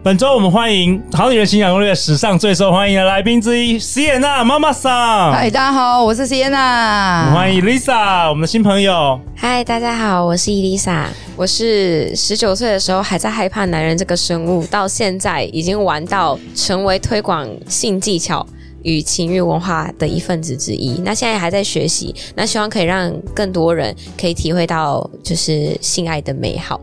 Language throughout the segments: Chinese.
本周我们欢迎《好女人情感攻略》史上最受欢迎的来宾之一，席也娜妈妈桑。嗨，大家好，我是 Sienna，啊欢迎 Lisa，我们的新朋友。嗨，大家好，我是伊丽莎。我是十九岁的时候还在害怕男人这个生物，到现在已经玩到成为推广性技巧与情欲文化的一份子之一。那现在还在学习，那希望可以让更多人可以体会到就是性爱的美好。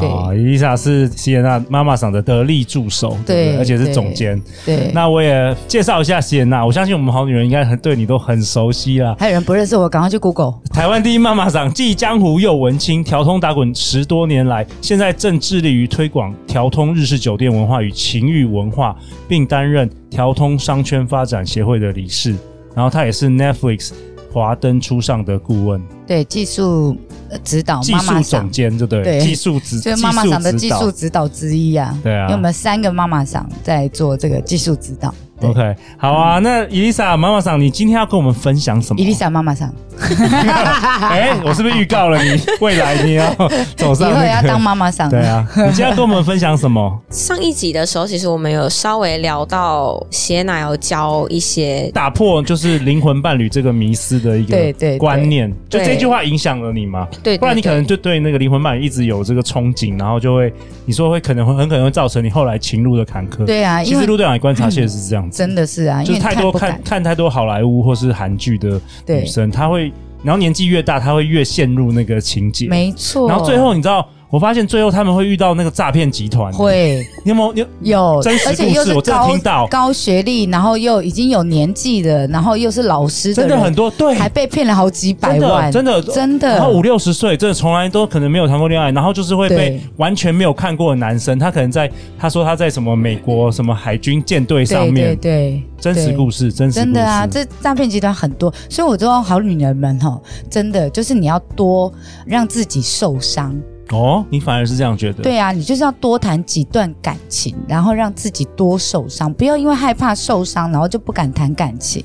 对好，伊丽莎是席也娜妈妈桑的得力助手，对不对，对而且是对总监。对，那我也介绍一下席也娜，我相信我们好女人应该很对你都很熟悉啦。还有人不认识我，赶快去 Google。台湾第一妈妈桑，继江湖又文青，调通打滚十多年来，现在正致力于推广调通日式酒店文化与情欲文化，并担任调通商圈发展协会的理事。然后她也是 Netflix 华灯初上的顾问，哦对，技术呃指导技妈术妈总桑，监，对不对？ 对技术指就是妈妈桑的指技导术指导之一啊。对啊因为我们三个妈妈桑在做这个技术指导。对 OK，好啊，那伊丽莎妈妈桑，你今天要跟我们分享什么？伊丽莎妈妈桑， 哎、我是不是预告了你 未来你要走以上、那后个、也要当妈妈桑。 对，啊，你今天要跟我们分享什么？上一集的时候，其实我们有稍微聊到谢娜有教一些打破就是灵魂伴侣这个迷思的一对对个对观念，就对这句话影响了你吗？对对不然你可能就对那个灵魂伴侣一直有这个憧憬，然后就会你说会可能会很可能会造成你后来情路的坎坷。对啊，其因实为陆队长也观察确实是这样子，真的是啊，因就是为太看多不看敢。看太多好莱坞或是韩剧的女对生，她会，然后年纪越大，她会越陷入那个情节。没错。然后最后你知道，我发现最后他们会遇到那个诈骗集团。会你有没有？你有有真实而且又故事是我真的高听到高学历，然后又已经有年纪的，然后又是老师真的人很多对，还被骗了好几百真的万，真的真的。然后五六十岁，真的从来都可能没有谈过恋爱，然后就是会被对完全没有看过的男生，他可能在他说他在什么美国什么海军舰队上面，对对真实故事。事，真实故事真的啊，这诈骗集团很多，所以我都要好女人们哈，真的就是你要多让自己受伤，哦，你反而是这样觉得？对啊，你就是要多谈几段感情，然后让自己多受伤，不要因为害怕受伤，然后就不敢谈感情，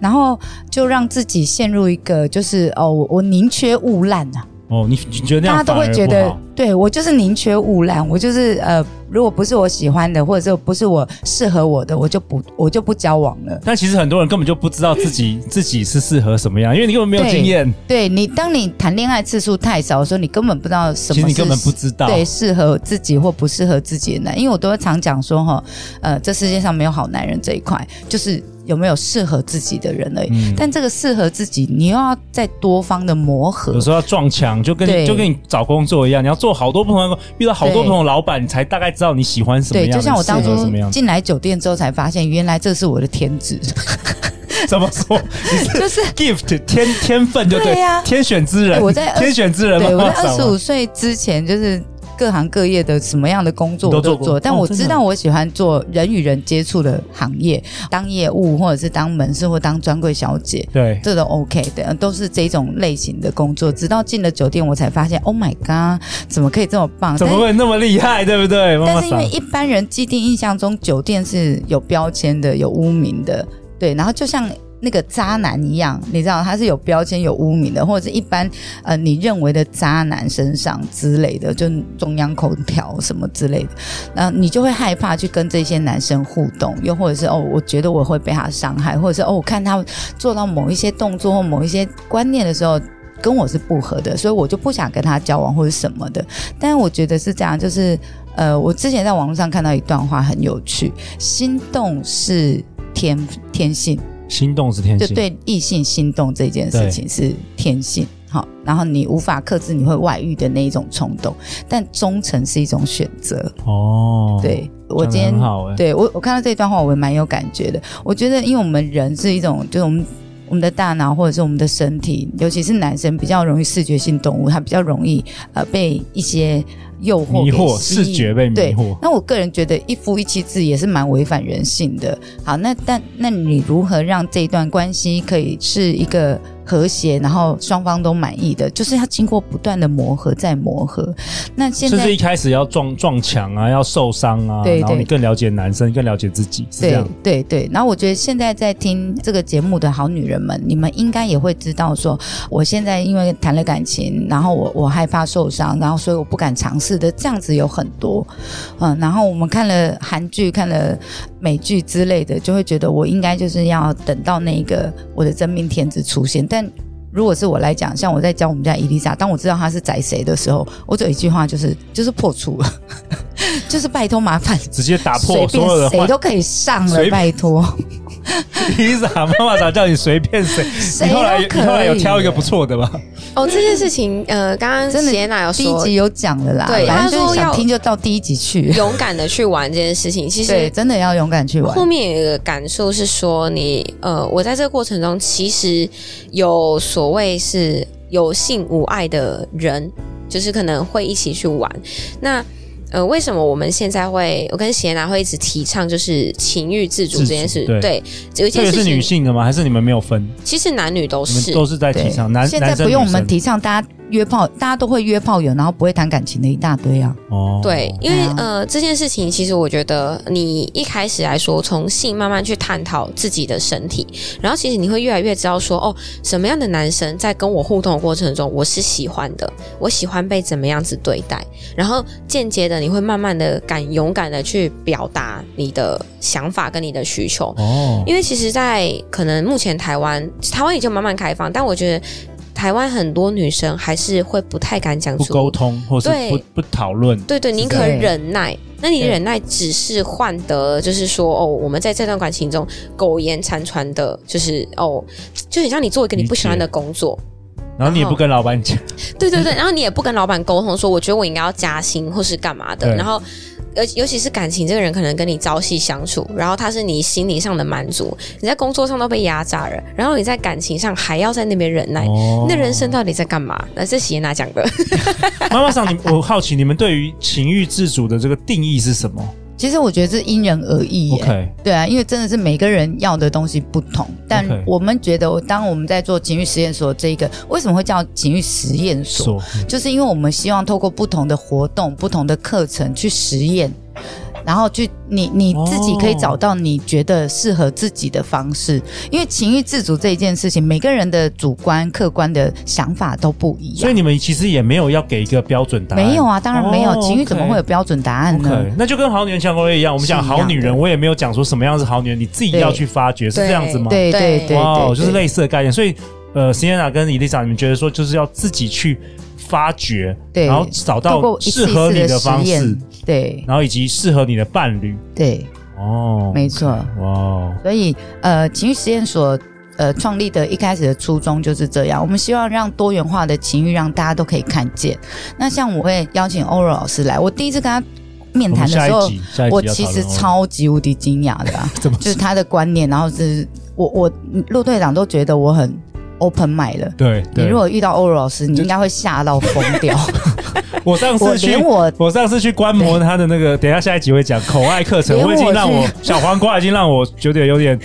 然后就让自己陷入一个就是哦，我我宁缺毋滥啊，哦，你你觉得那大样家都反而会觉不得好，对我就是宁缺毋滥，我就是呃，如果不是我喜欢的，或者是不是我适合我的，我就不我就不交往了。但其实很多人根本就不知道自己自己是适合什么样，因为你根本没有对经验，对你，当你谈恋爱次数太少的时候，你根本不知道什其实么你是根本不知道。对适合自己或不适合自己的男，因为我都会常讲说哈，呃，这世界上没有好男人这一块，就是有没有适合自己的人而已。嗯但这个适合自己，你又要在多方的磨合有。时候要撞墙，就跟你对就跟你找工作一样，你要做好多不同的工，遇到好多对不同的老板，你才大概知道你喜欢什么对，样的，就像我当适合什初么样的。进来酒店之后才发现，原来这是我的天 职，怎么说？你是就是 gift 天天分就对对呀天选之人。哎我在20天选之人嘛，对，我在哇塞二十五岁之前就是。各行各业的什么样的工你作都我都做过做，但哦我真的知道我喜欢做人与人接触的行业，当业务或者是当门市或当专柜小姐，对，这都 OK 的，都是这种类型的工作。直到进了酒店，我才发现，Oh my god，怎么可以这么棒？怎么会那么厉害？对不对？妈但妈是因桑为一般人既定印象中酒店是有标签的、有污名的，对，然后就像。那个渣男一样，你知道他是有标签、有污名的，或者是一般呃你认为的渣男身上之类的，就中央空调什么之类的，那你就会害怕去跟这些男生互动，又或者是哦，我觉得我会被他伤害，或者是哦，我看他做到某一些动作或某一些观念的时候，跟我是不合的，所以我就不想跟他交往或者什么的。但是我觉得是这样，就是呃，我之前在网络上看到一段话很有趣，心动是天天性，心动是天就性，对异性心动这件事情是天性。好，然后你无法克制你会外遇的那一种冲动，但忠诚是一种选择。哦，对我讲得今天很好哎，对我，我看到这段话，我也蛮有感觉的。我觉得，因为我们人是一种，就是我们我们的大脑或者是我们的身体，尤其是男生比较容易视觉性动物，他比较容易呃被一些诱惑迷惑给吸引视觉被迷对惑那我个人觉得一夫一妻制也是蛮违反人性的。好，那但那你如何让这一段关系可以是一个和谐，然后双方都满意的？就是要经过不断的磨合再磨合。那现甚在至一开始要撞撞墙啊，要受伤啊，对然后对你更了解男生，更了解自己，是这对样。对对，然后我觉得现在在听这个节目的好女人们，你们应该也会知道说，我现在因为谈了感情，然后我我害怕受伤，然后所以我不敢尝试的这样子有很多，嗯，然后我们看了韩剧、看了美剧之类的，就会觉得我应该就是要等到那个我的真命天子出现，但。如果是我来讲，像我在教我们家伊丽莎，当我知道她是宰谁的时候，我只有一句话就是就是破处了， 就是拜托麻烦直接打随破所有便的谁幻都可以上随了，便拜 托，披萨 妈妈常叫你随便谁，谁你后来都可你以。后来有挑一个不。错的吧？哦，这件事情，呃，刚刚真的谢娜有第一说集，有讲了啦，对反正他就说是想要听就到第一集去。勇敢的去玩这件事情， 其对，实真的要勇敢去玩后。面有一个感受是说你，呃，我在这个过程中其实有所谓是有性无爱的人，就是可能会一起去玩。那呃，为什么我们现在会，我跟贤娜会一直提倡就是情欲自主自这主件事？对对，有这一件个事是情女，性的吗？还是你们没有分？其实男女都你们是都是在提对倡男现在男生不用我女们生提倡大家约炮，大家都会约炮友，然后不会谈感情的一大堆啊。哦，对，因为对啊呃这件事情，其实我觉得你一开始来说，从性慢慢去探讨自己的身体，然后其实你会越来越知道说，哦，什么样的男生在跟我互动的过程中，我是喜欢的，我喜欢被怎么样子对待，然后间接的你会慢慢的敢勇敢的去表达你的想法跟你的需求，哦，因为其实，在可能目前台湾，台湾已经慢慢开放，但我觉得台湾很多女生还是会不太敢讲不出沟通或是对不不讨论，对对，宁可对忍耐。那你对忍耐只是换得，就是说，哦，我们在这段感情中苟延残喘的，就是哦，就很像你做一个你理不喜欢解的工作，然后你也不跟老板讲，对对对，嗯然后你也不跟老板沟通说，我觉得我应该要加薪或是干嘛的，对然后。尤尤其是感情这个人可能跟你朝夕相处，然后他是你心理上的满足，你在工作上都被压榨了，然后你在感情上还要在那边忍哎耐，哦那人生到底在干嘛？那是喜妍娜讲 的。妈妈桑，你 我好奇你们对于情欲自主的这个定义是什么其实我觉得这因人而异耶。 ？OK，对啊，因为真的是每个人要的东西不同，但 OK 我们觉得，当我们在做情欲实验所这一个，为什么会叫情欲实验所？说就是因为我们希望透过不同的活动、不同的课程去实验，然后去你你自己可以找到你觉得适合自己的方式。因为情欲自主这一件事情，每个人的主观、客观的想法都不一所以样。你们其实也没有要给一个标准答案，没有啊，当然没有，哦情欲怎么 OK 会有标准答案呢 OK，那就跟好女人相关一样，我们讲是一样好女人，的我也没有讲说什么样是好女人，你自己对要去发掘，是这样子吗？对对对对对，哇哦，对就是类似的概念。所以，呃，Sienna 跟 Elisa，你们觉得说就是要自己去发掘，对然后找透到过一次适一合次你的实方式验，，对然后以及适合你的伴侣。对，哦，没错。哇哦，所以呃，情欲实验所呃创立的一开始的初衷就是这样，我们希望让多元化的情欲让大家都可以看见。那像我会邀请欧若老师来，我第一次跟他面我谈们的下时一候，集，下一集我要其讨实论哦超级无敌惊讶的、啊， 怎么就是他的 观念，然后是我我陆队长都觉得我很 open mind 了。对你对如。果遇到欧若老师，你应该会吓到疯掉。我上我次去连我我上次去观摩他的那个，等一下下一集会讲口爱课程，连我已经让我我小黄瓜已经让我觉得有点，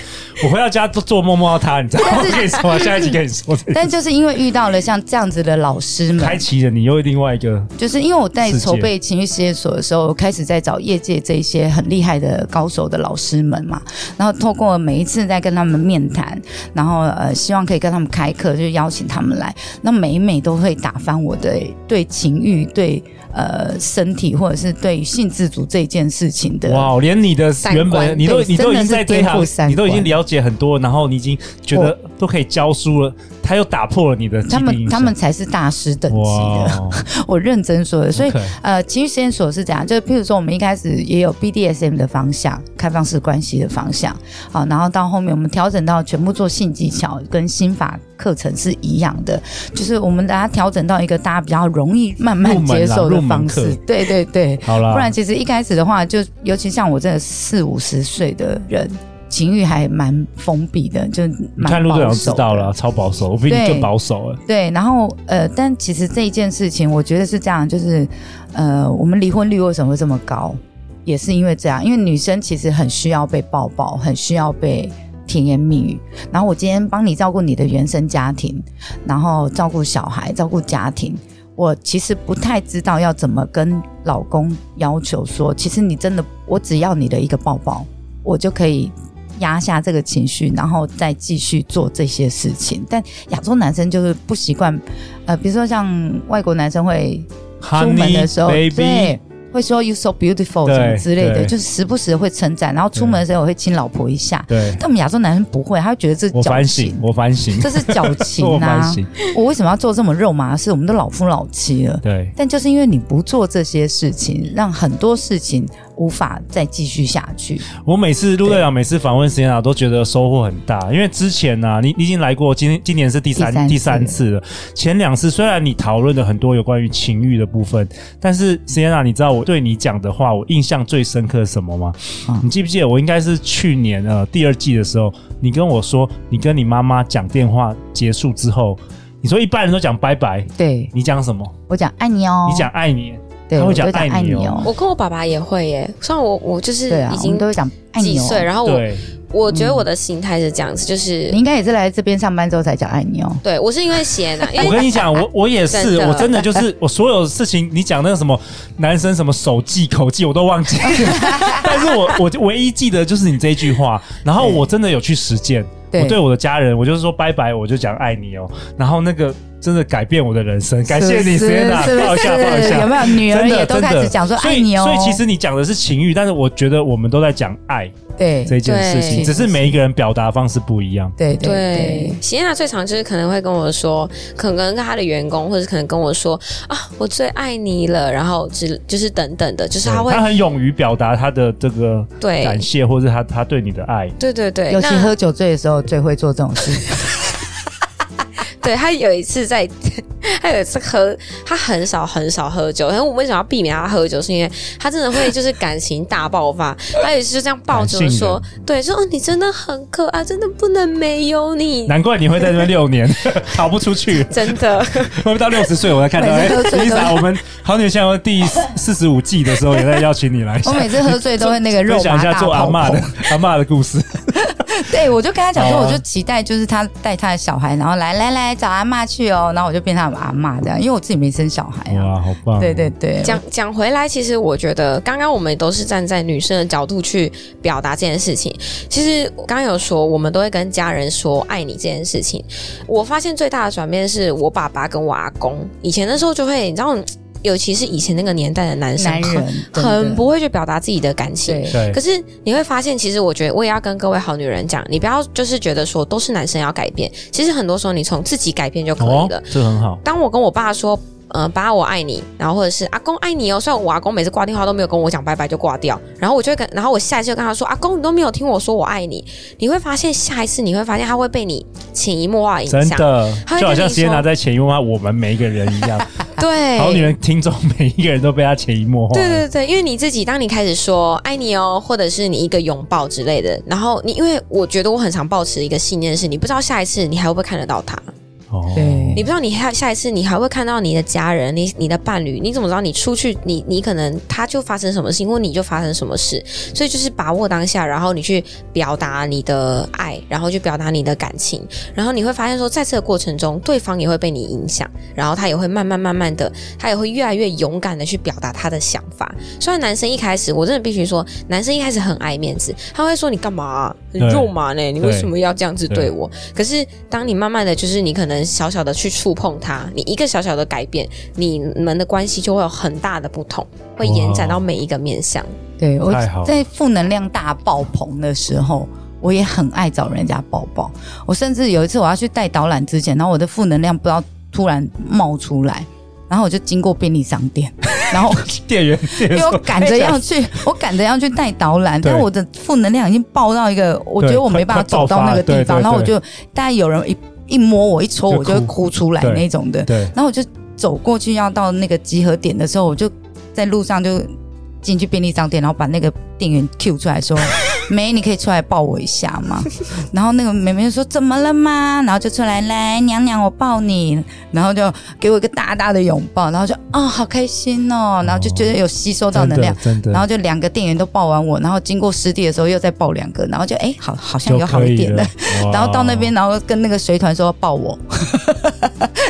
我回到家都做梦梦到他，你知道吗？我跟你说啊，下一集跟你说这个， 但 就是因为遇到了像这样子的老师们开，启了你又另外一个就是因为我在世界筹备情绪实验所的时候，我开始在找业界这一些很厉害的高手的老师们嘛，然后透过每一次在跟他们面谈，然后呃，希望可以跟他们开课，就邀请他们来，那每每都会打翻我的对情欲、对呃身体或者是对性自主这件事情的。哇，连你的三观原本你都对你都已经在这一真的是行，颠覆三观你都已经了解很多，然后你已经觉得都可以教书了，他又打破了你的他既定们印他象们才是大师等级 的，哇，我认真说的，所以 OK 呃，情绪实验所是怎样？就是譬如说，我们一开始也有 BDSM 的方向，开放式关系的方向，好，然后到后面我们调整到全部做性技巧跟心法课程是一样的，就是我们把它调整到一个大家比较容易慢慢入门啦接受的啊入门方课啊式。对对对，好啦，不然其实一开始的话，就尤其像我这个四五十岁的人，情欲还蛮封闭的，就你蛮看陆队保长知守道的了，超保守，我比你对更保守欸了。对，然后呃，但其实这一件事情，我觉得是这样，就是呃，我们离婚率为什么会这么高，也是因为这样，因为女生其实很需要被抱抱，很需要被甜言蜜语。然后我今天帮你照顾你的原生家庭，然后照顾小孩，照顾家庭。我其实不太知道要怎么跟老公要求说，其实你真的，我只要你的一个抱抱，我就可以压下这个情绪，然后再继续做这些事情。但亚洲男生就是不习惯，呃，比如说像外国男生会出门的 Honey 时候， baby，对，会说 you so beautiful 对什么之类的，对就是时不时会称赞。然后出门的时候我会亲老婆一下，对，但我们亚洲男生不会，他会觉得这是我矫反省情，，我反省，这是矫 情我反啊！省，我为什么要做这么肉麻的事？我们都老夫老妻了。对，但就是因为你不做这些事情，让很多事情无法再继续下去。我每次陆队长每次访问时间啊，都觉得收获很大，因为之前呢、啊，你你已经来过，今天今年是第三第三第三次次了。前两次虽然你讨论了很多有关于情欲的部分，但是 s i e n a 你知道我对你讲的话，我印象最深刻是什么吗？嗯你记不记得我应该是去年呃第二季的时候，你跟我说你跟你妈妈讲电话结束之后，你说一般人都讲拜拜，对你讲什么？我讲爱你哦，你讲爱你，对，他我会就讲讲爱爱你你哦哦，我跟我爸爸也会耶，虽然我我就是对啊已，我们经都会讲爱几你岁，哦。然后我对，我觉得我的形态是这样子，就是你应该也是来这边上班之后才讲爱你哦。对我是因为 闲啊，因 我为跟你讲，我我也是，真的我真的就是我所有事情，你讲那个什么男生什么手技口技，我都 忘记了。但是我我唯一记得就是你这一句话，然后我真的有去实践。对我哦对我的家人，我就是说拜拜，我就讲爱你哦。然后那个真的改变我的人生，感谢你，是不是 Sienna，是不抱一下，是抱一下有。没有女儿真也的都真开的始讲说所以爱你哦？所以其实你讲的是情欲，但是我觉得我们都在讲爱对这件事情，对只是每一个人表达方式不一样。对对对对，喜宴娜最常就是可能会跟我说，可能跟她的员工，或者可能跟我说啊，我最爱你了，然后只就是等等的，就是她会他很勇于表达他的这个哎对感谢，或是他他对你的爱。对对对，尤其那喝酒醉的时候最会做这种事。对他有一次在，他有一次喝，他很少很少喝酒，然后我为什么要避免他喝酒？是因为他真的会就是感情大爆发，他有一次就这样抱着我感性说，对，说哦你真的很可爱，真的不能没有你，难怪你会在这边六年， 逃不出去。真的。 我们到六十岁，我才看到。哎每次喝醉都 Lisa，我们《好女相》第四十五季的时候，也在邀请你来 我每次喝醉都会那 个肉分享一麻下大做阿泡嬷泡的。阿嬷的故事。 对，我就跟他讲说，哦我就期待就是他带他的小孩，然后来来来找阿嬷去哦，然后我就变他的阿嬷这样，因为我自己没生小孩 啊。哇，好棒哦！对对对，讲讲回来，其实我觉得刚刚我们都是站在女生的角度去表达这件事情。其实我刚刚有说，我们都会跟家人说爱你这件事情。我发现最大的转变是我爸爸跟我阿公，以前的时候就会，你知道，尤其是以前那个年代的男生，男人很很不会去表达自己的感情。对对可是你会发现，其实我觉得我也要跟各位好女人讲，你不要就是觉得说都是男生要改变，其实很多时候你从自己改变就可以了。哦这很好。当我跟我爸说，呃，爸，我爱你，然后或者是阿公爱你哦，虽然我阿公每次挂电话都没有跟我讲拜拜就挂掉，然后我就会跟，然后我下一次就跟他说，阿啊公你都没有听我说我爱你，你会发现 下一次你会发现他会被你潜移默化影真响，的，他会就好跟像你先拿说在潜移默化我们每一个人 一样，对，好女人听众每一个人都被他潜移默化。对对对，因为你自己，当你开始说“爱你哦”，或者是你一个拥抱之类的，然后你，因为我觉得我很常保持一个信念是，你不知道下一次你还会不会看得到他，哦对你不知道你还下一次你还会看到你的家人、你你的伴侣，你怎么知道你出去，你你可能他就发生什么事情，或你就发生什么事，所以就是把握当下，然后你去表达你的爱，然后去表达你的感情，然后你会发现说，在这个过程中，对方也会被你影响，然后他也会慢慢慢慢的，他也会越来越勇敢的去表达他的想法。虽然男生一开始，我真的必须说，男生一开始很爱面子，他会说你干嘛啊、你对肉麻呢？你为什么要这样子对对我？可是当你慢慢的就是你可能小小的去触碰他，你一个小小的改变，你们的关系就会有很大的不同，会延展到每一个面向。对我太好了在负能量大爆棚的时候，我也很爱找人家抱抱。我甚至有一次我要去带导览之前，然后我的负能量不知道突然冒出来，然后我就经过便利商店， 然后店员，店员因为我说赶着要去，我赶着要去带导览，对但我的负能量已经爆到一个，我觉得我没办法走到那个地快快爆发方，对然后我就大概有人一一摸我，一戳我就就哭会哭出来对那种 的，对，然后我就走过去要到那个集合点的时候，我就在路上就进去便利商店，然后把那个店员 Q 出来说：“梅，你可以出来抱我一下吗？然后那个妹妹就说怎么了吗？然后就出来来娘娘我抱你，然后就啊给我一个大大的拥抱，然后就哦好开心哦，然后就觉得有吸收到真能量的。真的，然后就两个店员都抱完我，然后经过湿地的时候又再抱两个，然后就哎，好好像就有好可一以点了了。。哇 然后到那边，然后跟那个随团说要抱我，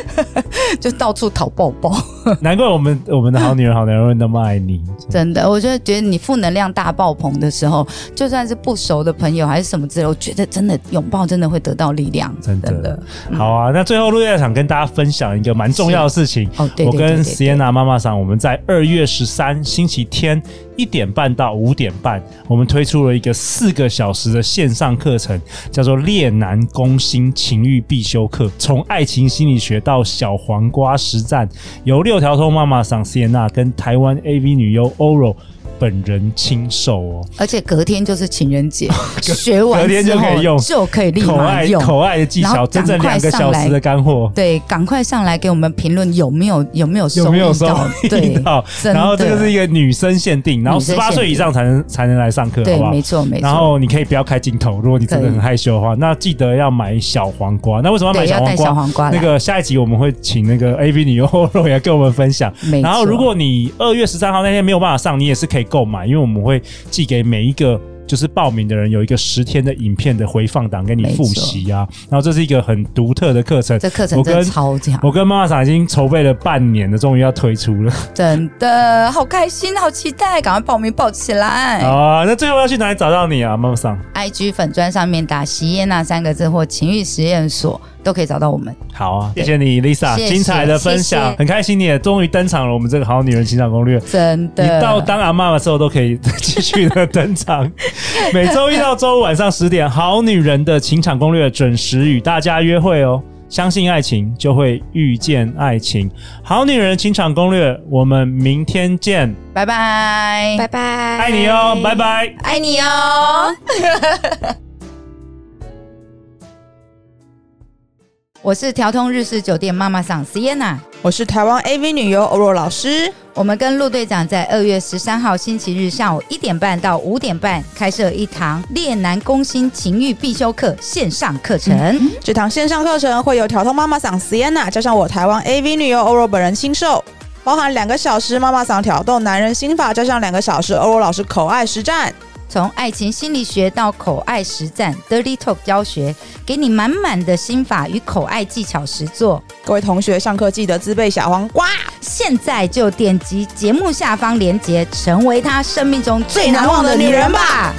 就到处讨抱抱。难怪我们我们的好女人、好男人那么爱 你。真的，我就觉得你负能量大爆棚的时候，就算是不熟的朋友还是什么之类，我觉得真的拥抱真的会得到力量，真的的。好啊，那最后陆夜场跟大家分享一个蛮重要的事情。哦，对对我对跟对对 Sienna 妈妈桑，我们在二月十三星期天一点半到五点半，我们推出了一个四个小时的线上课程，叫做《恋男攻心情欲必修课》，从爱情心理学到小黄瓜实战，由六条通妈妈桑 Sienna 跟台湾 AV 女优 Oro 本人亲授哦。而且隔天就是情人节，学完 隔天之就可以后用就可以立口马爱用。口爱的技然巧，后整整赶快两个小上来时的干货。对，赶快上来给我们评论有没有有没有收有没有益收到益对，到？真的然后这个是一个女生限定，然后女十生八限岁以定上才能才能来上课，好对不，好没？错没错。然后你可以不要开镜头，如果你真的可以很害羞的话，那记得要买小黄瓜。那为什么要买对小要黄带瓜小？黄瓜来那个下一集我们会请那个 AV 女优 Oro 也跟我们分享。没然后，错如果你二月十三号那天没有办法上，你也是可以购买，因为我们会寄给每一个就是报名的人有一个十天的影片的回放档给你没复错习啊。然后这是一个很独特的课程，这课程我真的跟超强，我跟妈妈桑已经筹备了半年了，终于要推出了。真的好开心，好期待，赶快报名报起 来。好啊，那最后要去哪里找到你啊，妈妈桑？ IG 粉砖上面打“席耶娜”三个字或“情欲实验所”都可以找到我们。好啊，谢谢你，Lisa，谢谢精彩的分享，谢谢很开心你也终于登场了。我们这个好女人情场攻略，真你的，到当阿妈的时候都可以继续的登场。每周一到周五晚上十点，《好女人的情场攻略》准时与大家约会哦。相信爱情，就会遇见爱情。好女人的情场攻略，我们明天见，拜拜，拜拜，爱你哦，拜拜。爱你哦。 我是调通日式酒店妈妈桑 Sienna。我是台湾 AV 女优欧若老师，我们跟陆队长在二月十三号星期日下午一点半到五点半开设一堂“恋男攻心情欲必修课”线上课程。这堂线上课程会由调通妈妈嗓 Sienna 加上我台湾 AV 女优欧若本人亲授，包含两个小时妈妈嗓挑逗男人心法，加上两个小时欧若老师口爱实战。从爱情心理学到口爱实战 （Dirty Talk） 教学，给你满满的心法与口爱技巧实作。各位同学，上课记得自备小黄瓜。现在就点击节目下方链接，成为他生命中最难忘的女人吧。